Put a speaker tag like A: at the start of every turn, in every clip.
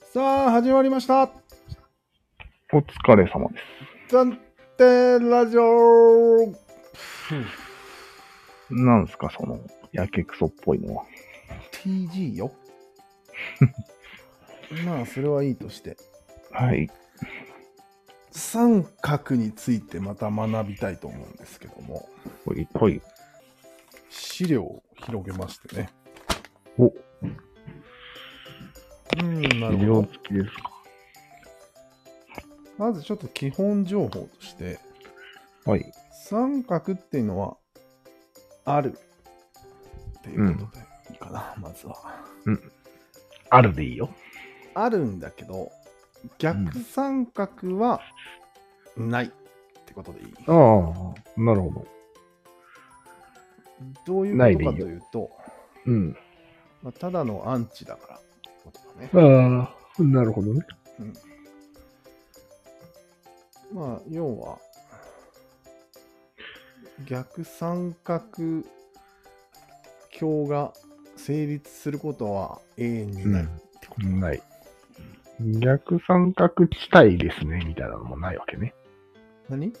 A: さあ、始まりました。
B: お疲れ様です。
A: 暫定ラジオ
B: なんすか、その、やけくそっぽいのは。
A: TG よ。 まあ、それはいいとして。
B: はい。
A: 三角についてまた学びたいと思うんですけども、
B: ぽいぽい。
A: 資料を広げましてね。
B: お、
A: うん、な
B: 資料付きです
A: まずちょっと基本情報として、
B: か。はい。
A: 三角っていうのは、ある。っていうことでいいかな、まずは。
B: あるでいいよ。
A: あるんだけど、逆三角はないってことでいい。
B: ああ、なるほど。
A: どうい
B: な
A: う
B: い
A: こ
B: でいい
A: とか
B: よ
A: というと、
B: うん。
A: まあ、ただのアンチだからってことだね。
B: ああ、なるほどね。
A: まあ、要は、逆三角鏡が成立することは永遠にないってことだ、
B: ない。逆三角地帯ですね、みたいなのもないわけね。
A: 何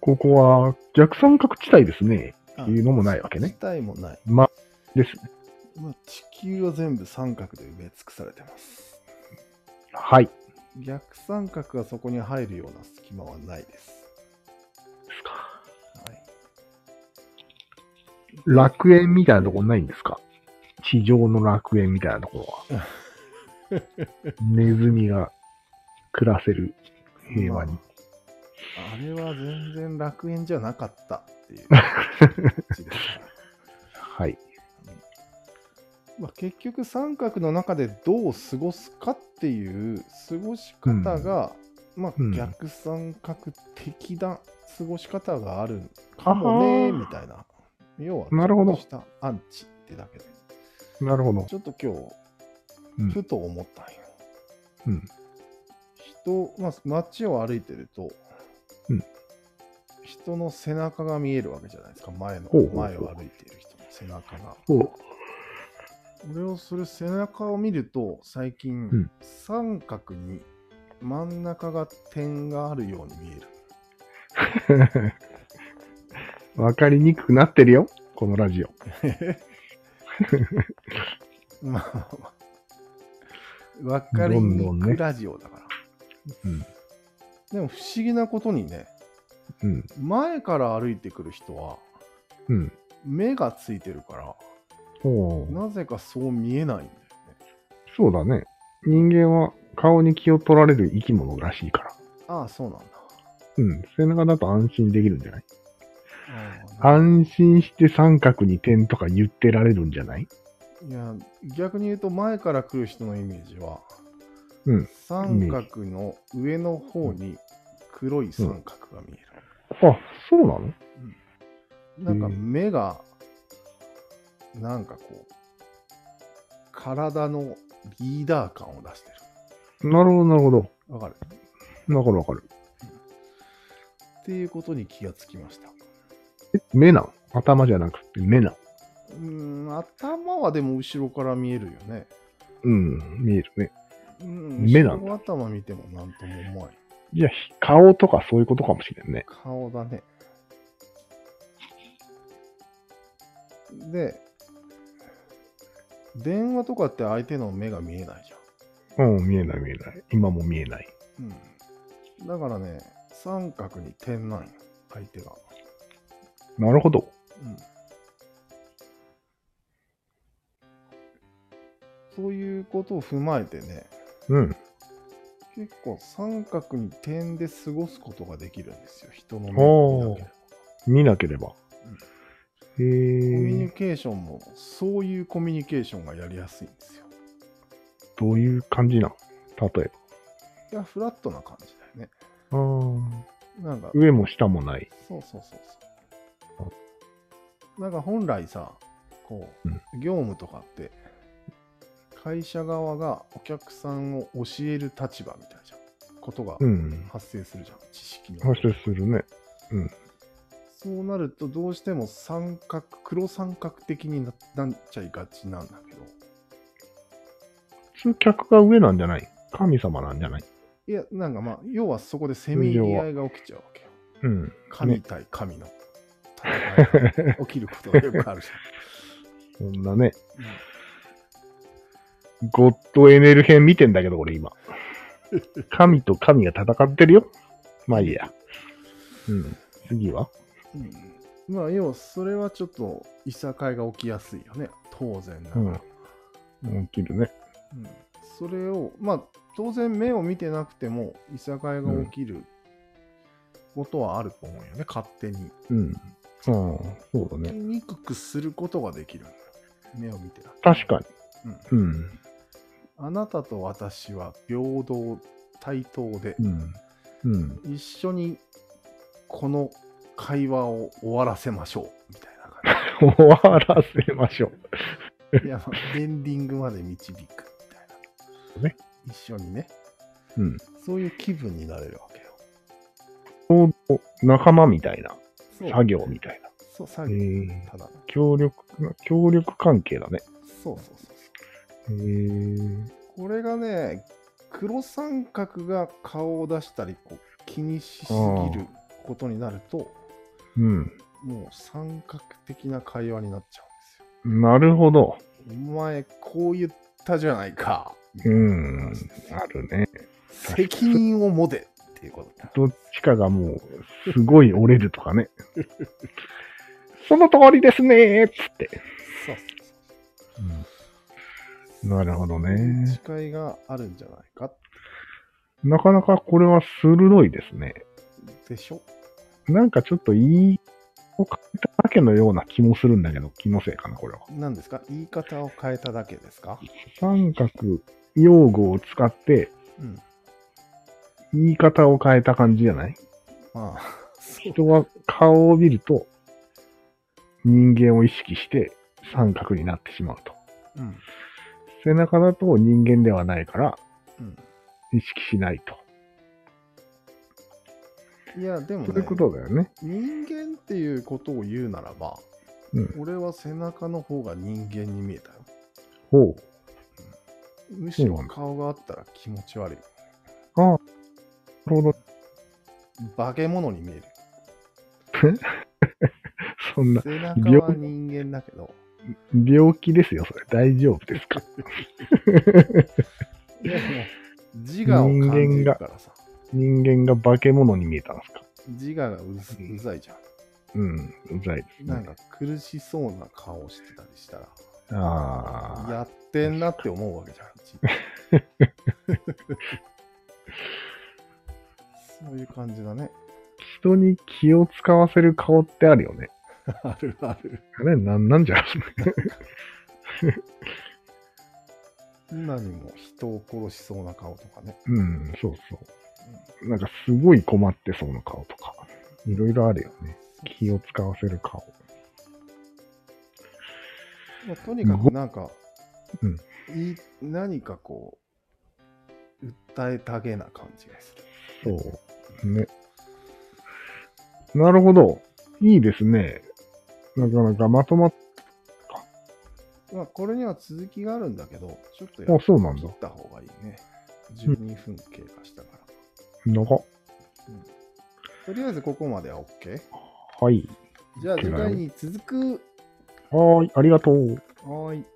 B: ここは逆三角地帯ですね。
A: あ
B: いうのもないわけね
A: 自体もない。
B: ま、ですね。
A: まあ、地球は全部三角で埋め尽くされてます。
B: はい。で
A: 逆三角がそこに入るような隙間はないです。
B: すか。
A: はい、
B: 楽園みたいなとこないんですか地上の楽園みたいなとこ ろは。ネズミが暮らせる平和に。
A: あれは全然楽園じゃなかったって いう字ですから
B: はい。
A: まあ、結局三角の中でどう過ごすかっていう過ごし方が、まあ
B: うん
A: 逆三角的な過ごし方があるかもね
B: あはー
A: みたいな要は
B: なるほど
A: ちょっとしたアンチってだけで
B: なるほど。
A: ちょっと今
B: う
A: 日ふ
B: ん。
A: と思ったんよ、
B: うん
A: 人、まあ、街を歩いてると、
B: うん
A: 人の背中が見えるわけじゃないですか前の
B: ほうほうほう
A: 前を歩いている人の背中が
B: お
A: 俺をそれ背中を見ると最近、
B: ん
A: 三角に真ん中が点があるように見える
B: わかりにくくなってるよ、このラジオ。
A: まあまあまあわかり
B: どん
A: に
B: どんね
A: くラジオだから、
B: うん
A: でも不思議なことにね
B: うん。
A: 前から歩いてくる人は
B: うん。
A: 目がついてるから
B: おー
A: なぜかそう見えないんだよね
B: そうだね。人間は顔に気を取られる生き物らしいから。
A: ああそうなんだ
B: うん。背中だと安心できるんじゃない
A: あ
B: 安心して三角に点とか言ってられるんじゃない
A: いや逆に言うと前から来る人のイメージは、
B: うん
A: 三角の上の方に黒い三角が見える、
B: あ、そうなの
A: なんか目がなんかこう体のリーダー感を出して
B: なるほど、なるほど。
A: るわかる
B: わかるわかる。
A: っていうことに気がつきました
B: え、目なの頭じゃなくて目なの
A: うーん頭はでも後ろから見えるよね
B: うん、見えるね。
A: うん
B: 目なんだ
A: 後ろ頭見てもなんとも思わない
B: じゃあ、顔とかそういうことかもしれんね。
A: 顔だね。で、電話とかって相手の目が見えないじ
B: うん、見えない見えない。今も見えない。
A: ゃん。うん。だからね、三角に点なんよ、相手が。
B: なるほど。
A: うん。そういうことを踏まえてね、
B: うん。
A: 結構三角に点で過ごすことができるんですよ、人の目を見なければ
B: 見なければ。へ
A: コミュ
B: え
A: ニ。ケーションも、そういうコミュニケーションがやりやすいんですよ。
B: どういう感じなの例え
A: いや、フラットな感じだよね。
B: ば。あ
A: なんか、
B: 上も下もない。
A: そうそうそうそう。なんか本来さ、こう
B: うん、
A: 業務とかって、会社側がお客さんを教える立場みたいじゃん。ことが
B: うん。
A: 発生するじゃん、知識の。
B: 発生するね。
A: そうなると、どうしても三角、黒三角的にななっちゃいがちなんだけど、
B: 通客が上なんじゃない神様なんじゃない
A: いや、なんかまあ、要はそこでせめぎ合いが起きちゃうわけよ。
B: うん。
A: 神対神 の戦いが起きることがよくあるじ
B: そんなね。ゴッドエネル編見てんだけど、俺今。神と神が戦ってるよ。まあいいや。うん。次は
A: ゃん。うん、まあ、要はそれはちょっと、いさかいが起きやすいよね。当然ながら。
B: うん。起きるね。
A: うんそれを、まあ、当然目を見てなくても、いさかいが起きることはあると思うよね、勝手に。
B: うん。ああ、そうだ
A: 起き
B: ね。
A: にくくすることができるんだよ。目を見てなくて。
B: 確か
A: うん
B: に。うん。
A: あなたと私は平等、対等で、
B: うん。うん。
A: 一緒にこの会話を終わらせましょう、みたいな感
B: 終わらせましょ う。
A: じ。いや、まあエンディングまで導く、みたいな。
B: ね
A: 一緒にね、
B: うん。
A: そういう気分になれるわけよ。
B: 仲間みたいな。
A: そう
B: 作業みたいな。
A: そう、作
B: え
A: 業、
B: ー、
A: ただの。
B: 協力、協力関係だね。
A: そうそうそうそう。
B: えー、
A: これがね、黒三角が顔を出したり、こう気にしすぎることになると、
B: うん。
A: もう三角的な会話になっちゃ
B: なるほど。
A: うんですよ。お前、こう言ったじゃないか。
B: うん。あるね。
A: 責任を持てっていうことだ。
B: どっちかがもう、すごい折れるとかね。 その通りですねーっつって。
A: そうそう
B: なるほど
A: そう。
B: ね。
A: 誓いがあるんじゃないか
B: なかなかこれは鋭いですね。
A: でしょ
B: なんかちょっと言いを変えただけのような気もするんだけど、気のせいかな、これは。
A: 何ですか言い方を変えただけですか
B: 三角用語を使って、
A: うん。
B: 言い方を変えた感じじゃない
A: まあ、そう
B: 人は顔を見ると、人間を意識して三角になってしまうと。
A: うん。
B: 背中だと人間ではないから、
A: うん
B: 意識しないと。
A: いや、でも、ね、
B: そういうことだよね。
A: 人間っていうことを言うならば、
B: うん
A: 俺は背中の方が人間に見えたよ。
B: ほう。
A: むしろ
B: そうなんだ
A: 顔があったら気持ち悪い。
B: なるほど。
A: 化け物に見える。
B: そんな、
A: 背中は人間だけど、
B: 病気ですよ、それ。大丈夫ですか。
A: いやもう自我を感じるからさ、
B: 人間が化け物に見えたんですか。
A: 自我がうずうざいじゃ
B: うん、うざいです
A: ん。なん
B: ね。
A: か苦しそうな顔してたりしたら、
B: ああ。
A: やってんなって思うわけじゃん。いちいち そういう感じだね。
B: 人に気を使わせる顔ってあるよね。
A: あるある。
B: あれ、なんなんじゃ。
A: 今にも人を殺しそうな顔とかね。
B: うん、そうそう。なんかすごい困ってそうな顔とか。いろいろあるよね。気を使わせる顔。
A: まあとにかくなんか、
B: うん
A: い何かこう、訴えたげな感じがする。
B: そう。ね。なるほど。いいですね。なかなかまとまっ、
A: まあ、これには続きがあるんだけど、ちょっとや
B: あ、
A: っ
B: そうなんだ
A: 切っ。た方がいいね。12分経過したから。
B: 長っ
A: とりあえずここまでは OK?
B: はい。
A: じゃあ次回に続く。
B: はーい。ありがとう。
A: はーい。